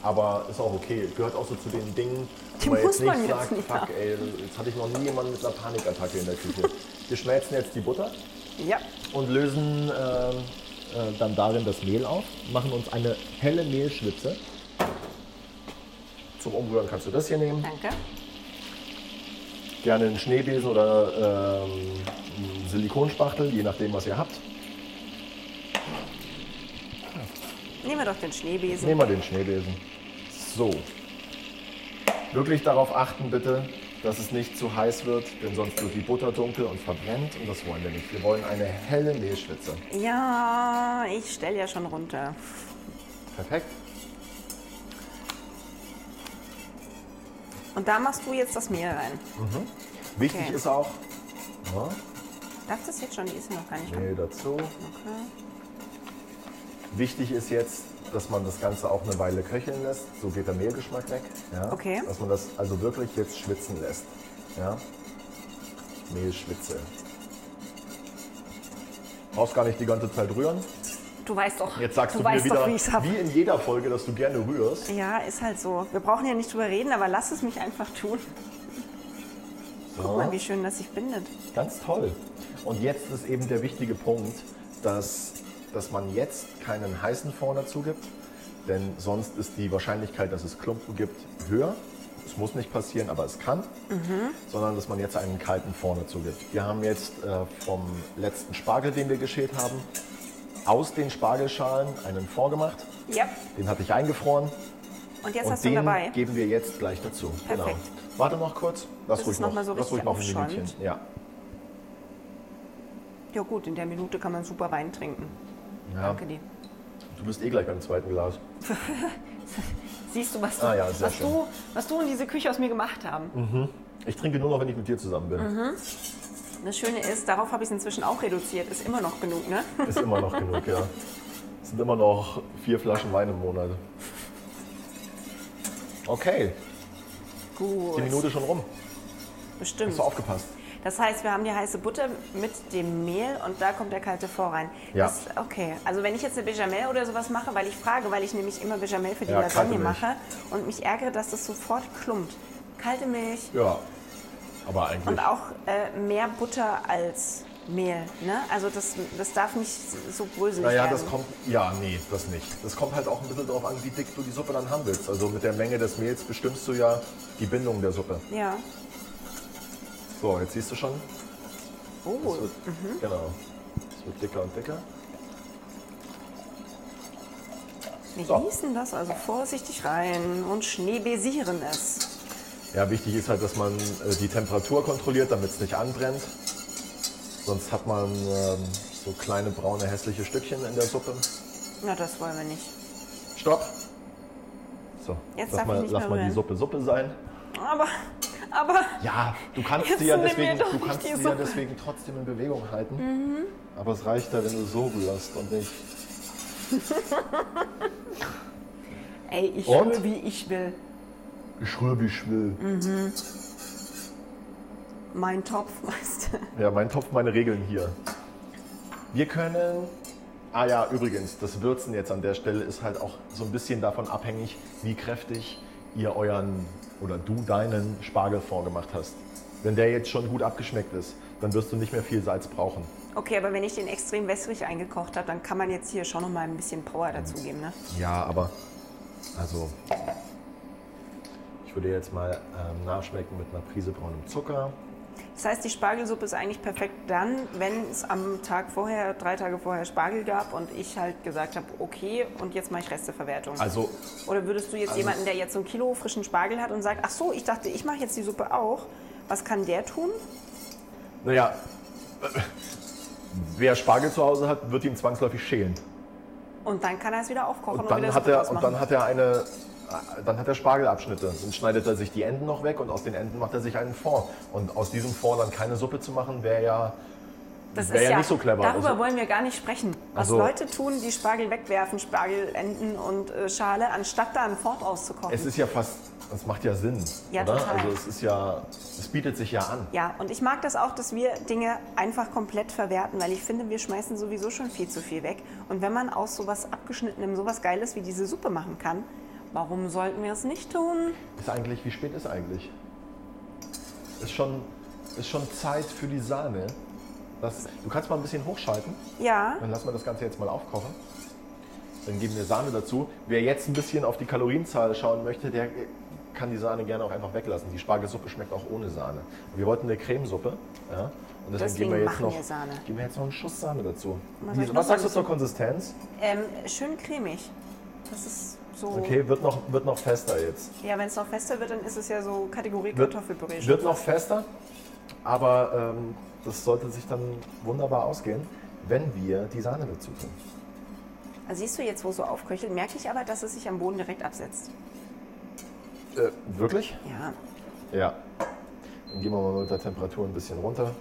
S2: Aber ist auch okay. Gehört auch so zu den Dingen,
S1: Die
S2: wo man
S1: muss
S2: jetzt nicht
S1: man jetzt
S2: sagt,
S1: nicht
S2: fuck,
S1: haben.
S2: ey, jetzt hatte ich noch nie jemanden mit einer Panikattacke in der Küche. wir schmelzen jetzt die Butter
S1: Ja,
S2: und lösen ähm, äh, dann darin das Mehl auf, machen uns eine helle Mehlschwitze. Zum Umrühren kannst du das hier nehmen.
S1: Danke.
S2: Gerne einen Schneebesen oder ähm, einen Silikonspachtel, je nachdem, was ihr habt.
S1: Nehmen wir doch den Schneebesen.
S2: Nehmen wir den Schneebesen. So. Wirklich darauf achten bitte, dass es nicht zu heiß wird, denn sonst wird die Butter dunkel und verbrennt und das wollen wir nicht. Wir wollen eine helle Mehlschwitze.
S1: Ja, ich stelle ja schon runter.
S2: Perfekt.
S1: Und da machst du jetzt das Mehl rein.
S2: Wichtig
S1: Okay.
S2: ist auch, ja,
S1: Darf das jetzt schon? Die ist ja noch gar nicht. ne?
S2: Mehl dazu.
S1: Okay.
S2: Wichtig ist jetzt, dass man das Ganze auch eine Weile köcheln lässt. So geht der Mehlgeschmack weg. Ja?
S1: Okay.
S2: Dass man das also wirklich jetzt schwitzen lässt. Ja? Mehlschwitze. Brauchst gar nicht die ganze Zeit rühren.
S1: Du weißt doch.
S2: Jetzt sagst du,
S1: du weißt
S2: mir
S1: doch,
S2: wieder,
S1: wie ich es habe.
S2: wie in jeder Folge, dass du gerne rührst.
S1: Ja, ist halt so. Wir brauchen ja nicht drüber reden, aber lass es mich einfach tun. Guck
S2: So,
S1: mal, wie schön das sich bindet.
S2: ganz toll. Und jetzt ist eben der wichtige Punkt, dass, dass man jetzt keinen heißen Fond dazu gibt, denn sonst ist die Wahrscheinlichkeit, dass es Klumpen gibt, höher. Es muss nicht passieren, aber es kann,
S1: Mhm.
S2: sondern dass man jetzt einen kalten Fond dazu gibt. Wir haben jetzt äh, vom letzten Spargel, den wir geschält haben, aus den Spargelschalen einen Fond gemacht.
S1: Ja.
S2: Den hatte ich eingefroren.
S1: Und jetzt
S2: Und
S1: hast du
S2: den
S1: ihn dabei.
S2: geben wir jetzt gleich dazu. Genau.
S1: Perfekt.
S2: Warte noch kurz. Lass
S1: Bis
S2: ruhig
S1: es noch
S2: noch,
S1: mal so
S2: lass
S1: richtig
S2: ruhig noch ein
S1: aufschäumt.
S2: Minütchen. Ja.
S1: Ja gut, in der Minute kann man super Wein trinken.
S2: Ja.
S1: Danke dir.
S2: Du bist eh gleich beim zweiten Glas.
S1: Siehst du, was du,
S2: Ah ja, sehr Hm.
S1: was, du, was du und diese Küche aus mir gemacht haben?
S2: Ich trinke nur noch, wenn ich mit dir zusammen bin.
S1: Mhm. Das Schöne ist, darauf habe ich es inzwischen auch reduziert. Ist immer noch genug, ne?
S2: Ist immer noch genug, ja. Es sind immer noch vier Flaschen Wein im Monat. Okay,
S1: Gut.
S2: die Minute schon rum.
S1: Bestimmt.
S2: Hast du aufgepasst?
S1: Das heißt, wir haben die heiße Butter mit dem Mehl und da kommt der kalte Fond rein.
S2: Ja.
S1: Das, okay, also wenn ich jetzt eine Bechamel oder sowas mache, weil ich frage, weil ich nämlich immer Bechamel für die
S2: Ja, kalte
S1: Lasagne
S2: Milch.
S1: mache und mich ärgere, dass das sofort klumpt. Kalte Milch
S2: Ja. Aber eigentlich.
S1: und auch äh, mehr Butter als Mehl. Ne? Also das, das darf nicht so bröselig
S2: Naja,
S1: werden.
S2: das kommt. Ja, nee, das nicht. Das kommt halt auch ein bisschen darauf an, wie dick du die Suppe dann haben willst. Also mit der Menge des Mehls bestimmst du ja die Bindung der Suppe.
S1: Ja.
S2: So, jetzt siehst du schon,
S1: Oh,
S2: Es wird, Genau. Es wird dicker und dicker.
S1: wir
S2: so.
S1: gießen das also vorsichtig rein und schneebesieren es.
S2: Ja, wichtig ist halt, dass man äh, die Temperatur kontrolliert, damit es nicht anbrennt. Sonst hat man ähm, so kleine braune hässliche Stückchen in der Suppe.
S1: Na, das wollen wir nicht.
S2: Stopp! So,
S1: Jetzt
S2: lass
S1: darf ich
S2: mal,
S1: nicht
S2: lass
S1: mehr
S2: mal die
S1: rühren.
S2: Suppe Suppe sein.
S1: Aber, aber
S2: Ja, du kannst
S1: Jetzt
S2: sie ja
S1: nimm mir
S2: deswegen,
S1: doch
S2: du
S1: nicht
S2: kannst
S1: die
S2: sie ja
S1: Suppe. Mhm.
S2: deswegen trotzdem in Bewegung halten. Aber es reicht ja, wenn du so rührst und nicht.
S1: ey, ich
S2: Und?
S1: will, wie ich will.
S2: Ich rühr, wie ich
S1: Mhm.
S2: will.
S1: Mein Topf, weißt du.
S2: Ja, mein Topf, meine Regeln hier. Wir können. Ah ja, übrigens, das Würzen jetzt an der Stelle ist halt auch so ein bisschen davon abhängig, wie kräftig ihr euren oder du deinen Spargel vorgemacht hast. Wenn der jetzt schon gut abgeschmeckt ist, dann wirst du nicht mehr viel Salz brauchen.
S1: Okay, aber wenn ich den extrem wässrig eingekocht habe, dann kann man jetzt hier schon noch mal ein bisschen Power dazugeben, ne?
S2: Ja, aber. Also. Ich würde jetzt mal ähm, nachschmecken mit einer Prise braunem Zucker.
S1: Das heißt, die Spargelsuppe ist eigentlich perfekt dann, wenn es am Tag vorher, drei Tage vorher Spargel gab und ich halt gesagt habe, okay, und jetzt mache ich Resteverwertung.
S2: Also,
S1: Oder würdest du jetzt jemanden, der jetzt so ein Kilo frischen Spargel hat und sagt, ach so, ich dachte, ich mache jetzt die Suppe auch, was kann der tun?
S2: naja. äh, Wer Spargel zu Hause hat, wird ihn zwangsläufig schälen.
S1: Und dann kann er es wieder aufkochen und,
S2: Und dann
S1: wieder
S2: hat
S1: Suppe
S2: er
S1: draus
S2: und
S1: machen.
S2: dann hat er eine äh, dann hat er Spargelabschnitte. Dann schneidet er sich die Enden noch weg und aus den Enden macht er sich einen Fond. Und aus diesem Fond dann keine Suppe zu machen, wäre ja
S1: Das
S2: Wäre ja nicht so clever.
S1: Darüber
S2: Also-
S1: wollen wir gar nicht sprechen. Was
S2: Also-
S1: Leute tun, die Spargel wegwerfen, Spargelenden und äh, Schale, anstatt da einen Fort auszukochen.
S2: es ist ja fast es macht ja Sinn,
S1: Ja,
S2: oder?
S1: total.
S2: Also es ist ja es bietet sich ja an.
S1: ja, und ich mag das auch, dass wir Dinge einfach komplett verwerten, weil ich finde, wir schmeißen sowieso schon viel zu viel weg. Und wenn man aus sowas Abgeschnittenem sowas Geiles wie diese Suppe machen kann, warum sollten wir es nicht tun?
S2: Ist eigentlich wie spät ist eigentlich? Ist schon ist schon Zeit für die Sahne. Das, du kannst mal ein bisschen hochschalten.
S1: Ja.
S2: Dann lassen wir das Ganze jetzt mal aufkochen. Dann geben wir Sahne dazu. Wer jetzt ein bisschen auf die Kalorienzahl schauen möchte, der äh, kann die Sahne gerne auch einfach weglassen. Die Spargelsuppe schmeckt auch ohne Sahne. Wir wollten eine Cremesuppe. Ja? Und deswegen,
S1: Deswegen
S2: geben, wir jetzt
S1: machen
S2: noch,
S1: wir Sahne.
S2: geben wir jetzt noch einen Schuss Sahne dazu.
S1: Mal
S2: Wie,
S1: soll ich noch mal
S2: was sagst du zur Konsistenz?
S1: Ähm, schön cremig. Das ist so.
S2: Okay, wird noch, wird noch fester jetzt.
S1: Ja, wenn es noch fester wird, dann ist es ja so Kategorie
S2: Wird,
S1: Kartoffelpüree.
S2: wird noch fester, aber ähm, das sollte sich dann wunderbar ausgehen, wenn wir die Sahne dazu tun.
S1: Also siehst du jetzt, wo es so aufköchelt, merke ich aber, dass es sich am Boden direkt absetzt.
S2: Äh, wirklich?
S1: Ja.
S2: Ja. Dann gehen wir mal mit der Temperatur ein bisschen runter.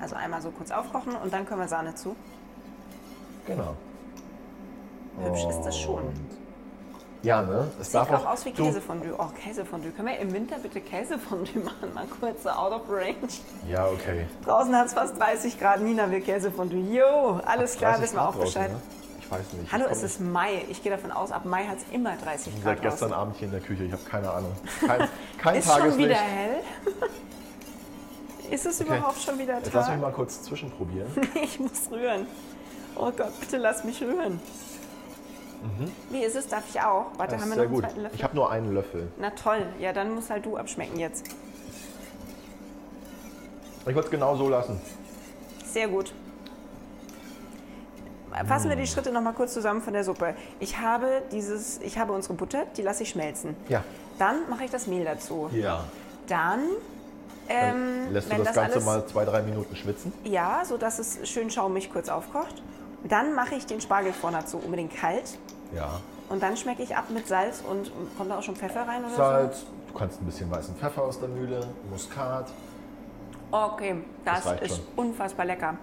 S1: Also einmal so kurz aufkochen und dann können wir Sahne zu.
S2: Genau.
S1: Hübsch ist das schon.
S2: Ja, ne? Es
S1: Sieht
S2: darf
S1: auch aus wie
S2: du-
S1: Käsefondue. Oh, Käsefondue. Können wir im Winter bitte Käsefondue machen? Mal kurz so out of range.
S2: Ja, okay.
S1: Draußen hat es fast 30 Grad. Nina will Käsefondue. Jo, alles klar,
S2: 30
S1: wissen wir
S2: Grad
S1: auch
S2: draußen,
S1: Bescheid.
S2: ne? Ich weiß nicht.
S1: Hallo,
S2: ich komm
S1: es ist Mai. Ich gehe davon aus, ab Mai hat es immer 30
S2: nicht
S1: Grad.
S2: seit gestern
S1: draußen.
S2: Abend hier in der Küche. Ich habe keine Ahnung. Kein, kein
S1: Ist schon wieder
S2: Tageslicht.
S1: hell? Ist es überhaupt schon wieder
S2: Jetzt lass mich
S1: Tag?
S2: mal kurz zwischenprobieren.
S1: Ich muss rühren. Oh Gott, bitte lass mich rühren. Wie ist es? Darf ich auch? Warte,
S2: Das
S1: haben
S2: ist
S1: wir noch
S2: Mhm. sehr
S1: einen
S2: gut.
S1: zweiten Löffel?
S2: Ich habe nur einen Löffel.
S1: Na toll, ja, dann muss halt du abschmecken jetzt.
S2: Ich würde es genau so lassen.
S1: Sehr gut. Fassen
S2: Mm.
S1: wir die Schritte noch mal kurz zusammen von der Suppe. Ich habe dieses, ich habe unsere Butter, die lasse ich schmelzen.
S2: Ja.
S1: Dann mache ich das Mehl dazu.
S2: Ja.
S1: Dann, ähm,
S2: Mm, Lässt du
S1: wenn
S2: das,
S1: das
S2: Ganze
S1: alles,
S2: mal zwei, drei Minuten schwitzen?
S1: ja, so dass es schön schaumig kurz aufkocht. Dann mache ich den Spargel vorne dazu, unbedingt kalt.
S2: Ja.
S1: Und dann schmecke ich ab mit Salz und kommt da auch schon Pfeffer rein oder
S2: Salz. Du kannst ein bisschen weißen Pfeffer aus der Mühle, Muskat.
S1: so? Okay, das,
S2: Das reicht
S1: ist
S2: schon.
S1: unfassbar lecker.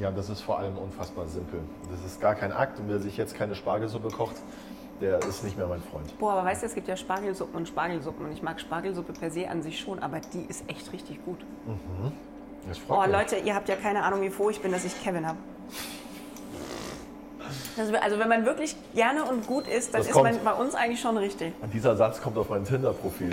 S2: Ja, das ist vor allem unfassbar simpel. Das ist gar kein Akt und wer sich jetzt keine Spargelsuppe kocht, der ist nicht mehr mein Freund.
S1: Boah, aber weißt du, es gibt ja Spargelsuppen und Spargelsuppen und ich mag Spargelsuppe per se an sich schon, aber die ist echt richtig gut.
S2: Das freut
S1: Oh
S2: mich.
S1: Leute, ihr habt ja keine Ahnung, wie froh ich bin, dass ich Kevin habe. Also, also wenn man wirklich gerne und gut ist, dann
S2: Das
S1: ist
S2: kommt.
S1: man bei uns eigentlich schon richtig.
S2: Und dieser Satz kommt auf mein Tinder-Profil.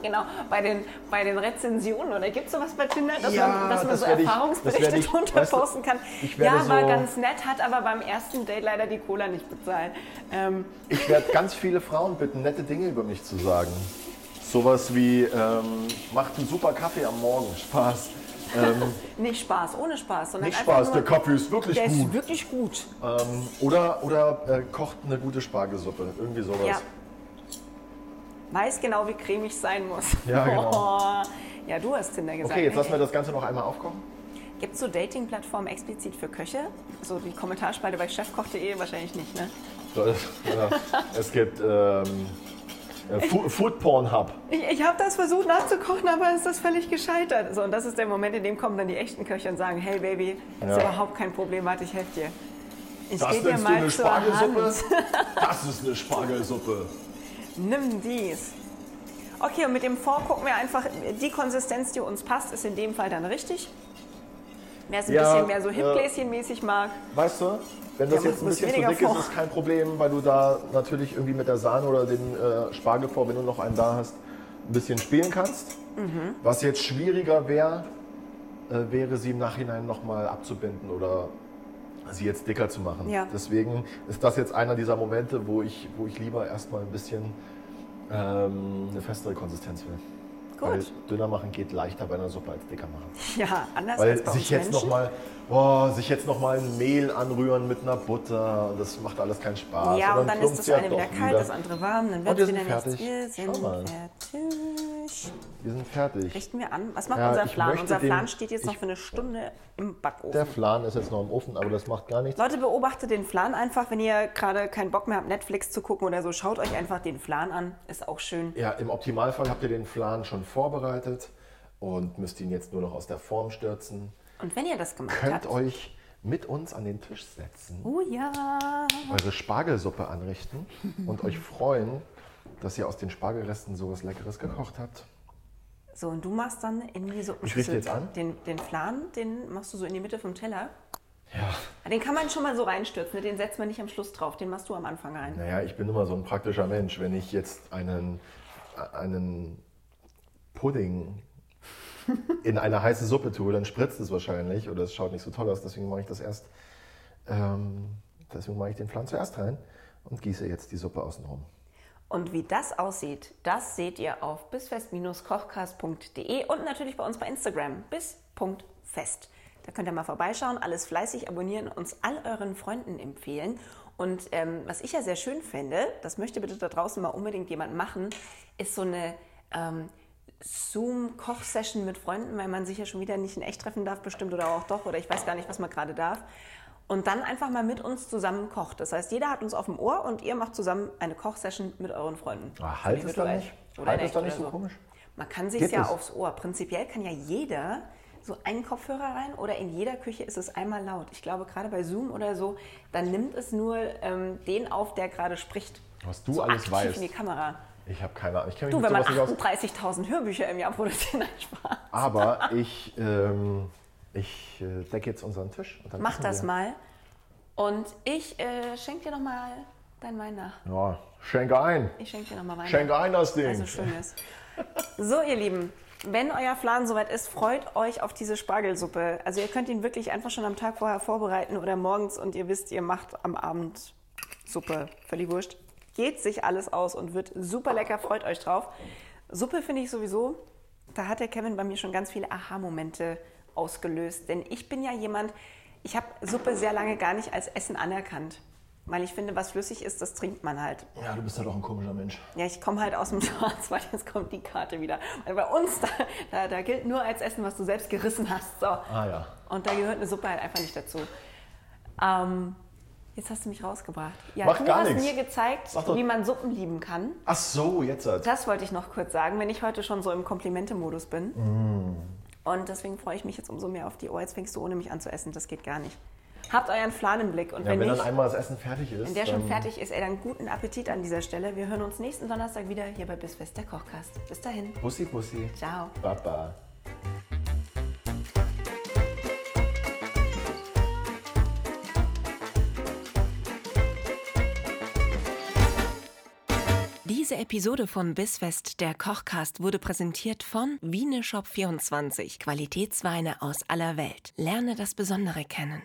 S1: Genau, bei den, bei den Rezensionen. Oder gibt es sowas bei Tinder, dass
S2: Ja,
S1: man, dass man
S2: das
S1: so
S2: werd ich- das werd
S1: Erfahrungsberichte
S2: ich-
S1: drunter
S2: weißt du,
S1: posten kann?
S2: ich werde
S1: Ja, war
S2: so-
S1: ganz nett, hat aber beim ersten Date leider die Cola nicht bezahlt. Ähm,
S2: Ich werde ganz viele Frauen bitten, nette Dinge über mich zu sagen. Sowas wie, ähm, macht einen super Kaffee am Morgen, Spaß. Ähm,
S1: nicht Spaß, ohne Spaß, sondern
S2: nicht
S1: einfach
S2: Spaß,
S1: nur,
S2: der Kaffee ist wirklich
S1: der ist
S2: gut.
S1: wirklich gut.
S2: Ähm, oder oder äh, kocht eine gute Spargelsuppe, irgendwie sowas.
S1: Ja. Weiß genau, wie cremig es sein muss.
S2: Ja, genau.
S1: Oh. Ja, du hast Tinder gesagt.
S2: Okay, jetzt lassen wir das Ganze noch einmal aufkochen.
S1: Gibt es so Dating-Plattformen explizit für Köche? So die Kommentarspalte bei chefkoch.de wahrscheinlich nicht, ne?
S2: So, ja. Es gibt ähm, äh, Fu- Food Porn Hub.
S1: Ich, ich habe das versucht nachzukochen, aber es ist völlig gescheitert. So, und das ist der Moment, in dem kommen dann die echten Köche und sagen, hey Baby, ist
S2: Ja.
S1: überhaupt kein Problem, warte, ich helfe dir. Ich geh
S2: Das nennst du eine
S1: zur
S2: Spargelsuppe?
S1: Hand.
S2: Das ist eine Spargelsuppe.
S1: Nimm dies. Okay, und mit dem Fond gucken wir einfach, die Konsistenz, die uns passt, ist in dem Fall dann richtig. Wer es ein
S2: Ja,
S1: bisschen mehr so
S2: ja.
S1: Hipgläschenmäßig mag.
S2: Weißt du, wenn das
S1: Ja,
S2: jetzt
S1: muss-
S2: ein
S1: muss
S2: bisschen zu
S1: weniger
S2: dick ist,
S1: vor.
S2: ist kein Problem, weil du da natürlich irgendwie mit der Sahne oder dem äh, Spargel vor, wenn du noch einen da hast, ein bisschen spielen kannst.
S1: Mhm.
S2: Was jetzt schwieriger wäre, äh, wäre sie im Nachhinein nochmal abzubinden oder sie jetzt dicker zu machen.
S1: Ja.
S2: Deswegen ist das jetzt einer dieser Momente, wo ich, wo ich lieber erstmal ein bisschen ähm, eine festere Konsistenz will. Weil
S1: Gut.
S2: dünner machen geht leichter bei einer Suppe als dicker machen.
S1: Ja, anders als
S2: Weil
S1: bei
S2: sich
S1: uns
S2: jetzt
S1: Menschen.
S2: nochmal oh, sich jetzt noch mal ein Mehl anrühren mit einer Butter, und das macht alles keinen Spaß.
S1: Ja, und dann ist
S2: plumpst
S1: das
S2: ja
S1: eine wieder
S2: doch
S1: kalt,
S2: wieder.
S1: das andere warm, dann
S2: Und
S1: wird
S2: wir
S1: es wieder
S2: sind
S1: nichts.
S2: fertig.
S1: Wir sind
S2: Schau mal.
S1: fertig.
S2: Wir sind fertig.
S1: Richten wir an. Was macht
S2: Ja,
S1: unser
S2: ich
S1: Flan?
S2: möchte
S1: Unser
S2: den-
S1: Flan steht jetzt noch
S2: ich-
S1: für eine Stunde im
S2: Der
S1: Backofen.
S2: Flan ist jetzt noch im Ofen, aber das macht gar nichts.
S1: Leute, beobachtet den Flan einfach, wenn ihr gerade keinen Bock mehr habt, Netflix zu gucken oder so. Schaut euch einfach den Flan an, ist auch schön.
S2: Ja, im Optimalfall habt ihr den Flan schon vorbereitet und müsst ihn jetzt nur noch aus der Form stürzen.
S1: Und wenn ihr das gemacht
S2: Könnt
S1: habt,
S2: euch mit uns an den Tisch setzen,
S1: oh ja,
S2: eure Spargelsuppe anrichten und euch freuen, dass ihr aus den Spargelresten sowas Leckeres gekocht habt.
S1: So, und du machst dann in die
S2: Ich
S1: Suppenschüssel.
S2: richte jetzt an.
S1: Den, den Flan, den machst du so in die Mitte vom Teller.
S2: Ja.
S1: Den kann man schon mal so reinstürzen, ne? den setzt man nicht am Schluss drauf, den machst du am Anfang rein.
S2: Naja, ich bin immer so ein praktischer Mensch. Wenn ich jetzt einen, einen Pudding in eine heiße Suppe tue, dann spritzt es wahrscheinlich oder es schaut nicht so toll aus. Deswegen mache ich das erst, ähm, deswegen mache ich den Flan zuerst rein und gieße jetzt die Suppe außenrum.
S1: Und wie das aussieht, das seht ihr auf bisfest-kochcast.de und natürlich bei uns bei Instagram bis.fest. Da könnt ihr mal vorbeischauen, alles fleißig abonnieren, uns all euren Freunden empfehlen. Und ähm, was ich ja sehr schön finde, das möchte bitte da draußen mal unbedingt jemand machen, ist so eine ähm, Zoom-Koch-Session mit Freunden, weil man sich ja schon wieder nicht in echt treffen darf, bestimmt oder auch doch, oder ich weiß gar nicht, was man gerade darf. Und dann einfach mal mit uns zusammen kocht. Das heißt, jeder hat uns auf dem Ohr und ihr macht zusammen eine Kochsession mit euren Freunden.
S2: Ah,
S1: Völlig
S2: halt es doch
S1: virtuell.
S2: nicht.
S1: Oder
S2: Halt
S1: in
S2: es doch
S1: echt
S2: nicht
S1: oder
S2: so komisch.
S1: Man kann sich
S2: Geht
S1: ja
S2: es?
S1: aufs Ohr. Prinzipiell kann ja jeder so einen Kopfhörer rein oder in jeder Küche ist es einmal laut. Ich glaube, gerade bei Zoom oder so, dann nimmt es nur ähm, den auf, der gerade spricht.
S2: Was du
S1: so
S2: alles
S1: aktiv
S2: weißt.
S1: in die Kamera.
S2: Ich habe keine Ahnung. Ich kenne
S1: Du,
S2: mich mit
S1: wenn man
S2: sowas nicht aus. Ah,
S1: 38.000 Hörbücher im Jahr produziert, nein, Spaß.
S2: Aber ich, ähm, ich äh, decke jetzt unseren Tisch. Und dann
S1: Mach
S2: essen
S1: das
S2: wir.
S1: mal. Und ich äh, schenke dir nochmal deinen Wein nach.
S2: Ja, schenke ein.
S1: Ich schenke dir nochmal Wein
S2: Schenke ein das Ding.
S1: Also schönes. So, ihr Lieben, wenn euer Flan soweit ist, freut euch auf diese Spargelsuppe. Also ihr könnt ihn wirklich einfach schon am Tag vorher vorbereiten oder morgens und ihr wisst, ihr macht am Abend Suppe. Völlig wurscht. Geht sich alles aus und wird super lecker, freut euch drauf. Suppe finde ich sowieso, da hat der Kevin bei mir schon ganz viele Aha-Momente ausgelöst. Denn ich bin ja jemand, ich habe Suppe sehr lange gar nicht als Essen anerkannt. Weil ich finde, was flüssig ist, das trinkt man halt.
S2: ja, du bist halt auch ein komischer Mensch.
S1: Ja, ich komme halt aus dem Schwarzwald, jetzt kommt die Karte wieder. Weil bei uns, da, da, da gilt nur als Essen, was du selbst gerissen hast. So.
S2: Ah ja.
S1: Und da gehört eine Suppe halt einfach nicht dazu. Ähm, jetzt hast du mich rausgebracht. Ja,
S2: Macht
S1: du
S2: gar
S1: hast
S2: nichts.
S1: mir gezeigt,
S2: Mach doch-
S1: wie man Suppen lieben kann.
S2: Ach so, jetzt. hat's-
S1: Das wollte ich noch kurz sagen, wenn ich heute schon so im Komplimente-Modus bin.
S2: Mm.
S1: Und deswegen freue ich mich jetzt umso mehr auf die. Oh, jetzt fängst du ohne mich an zu essen, das geht gar nicht. Habt euren Flanenblick und
S2: Ja,
S1: wenn,
S2: wenn
S1: nicht,
S2: dann einmal das Essen fertig ist.
S1: wenn der schon
S2: dann-
S1: fertig ist, ey, dann guten Appetit an dieser Stelle. Wir hören uns nächsten Donnerstag wieder hier bei Bisfest der Kochcast. Bis dahin.
S2: Bussi, Bussi.
S1: Ciao.
S2: Baba.
S1: Diese Episode von Bissfest, der Kochcast, wurde präsentiert von Wieneshop24, Qualitätsweine aus aller Welt. Lerne das Besondere kennen.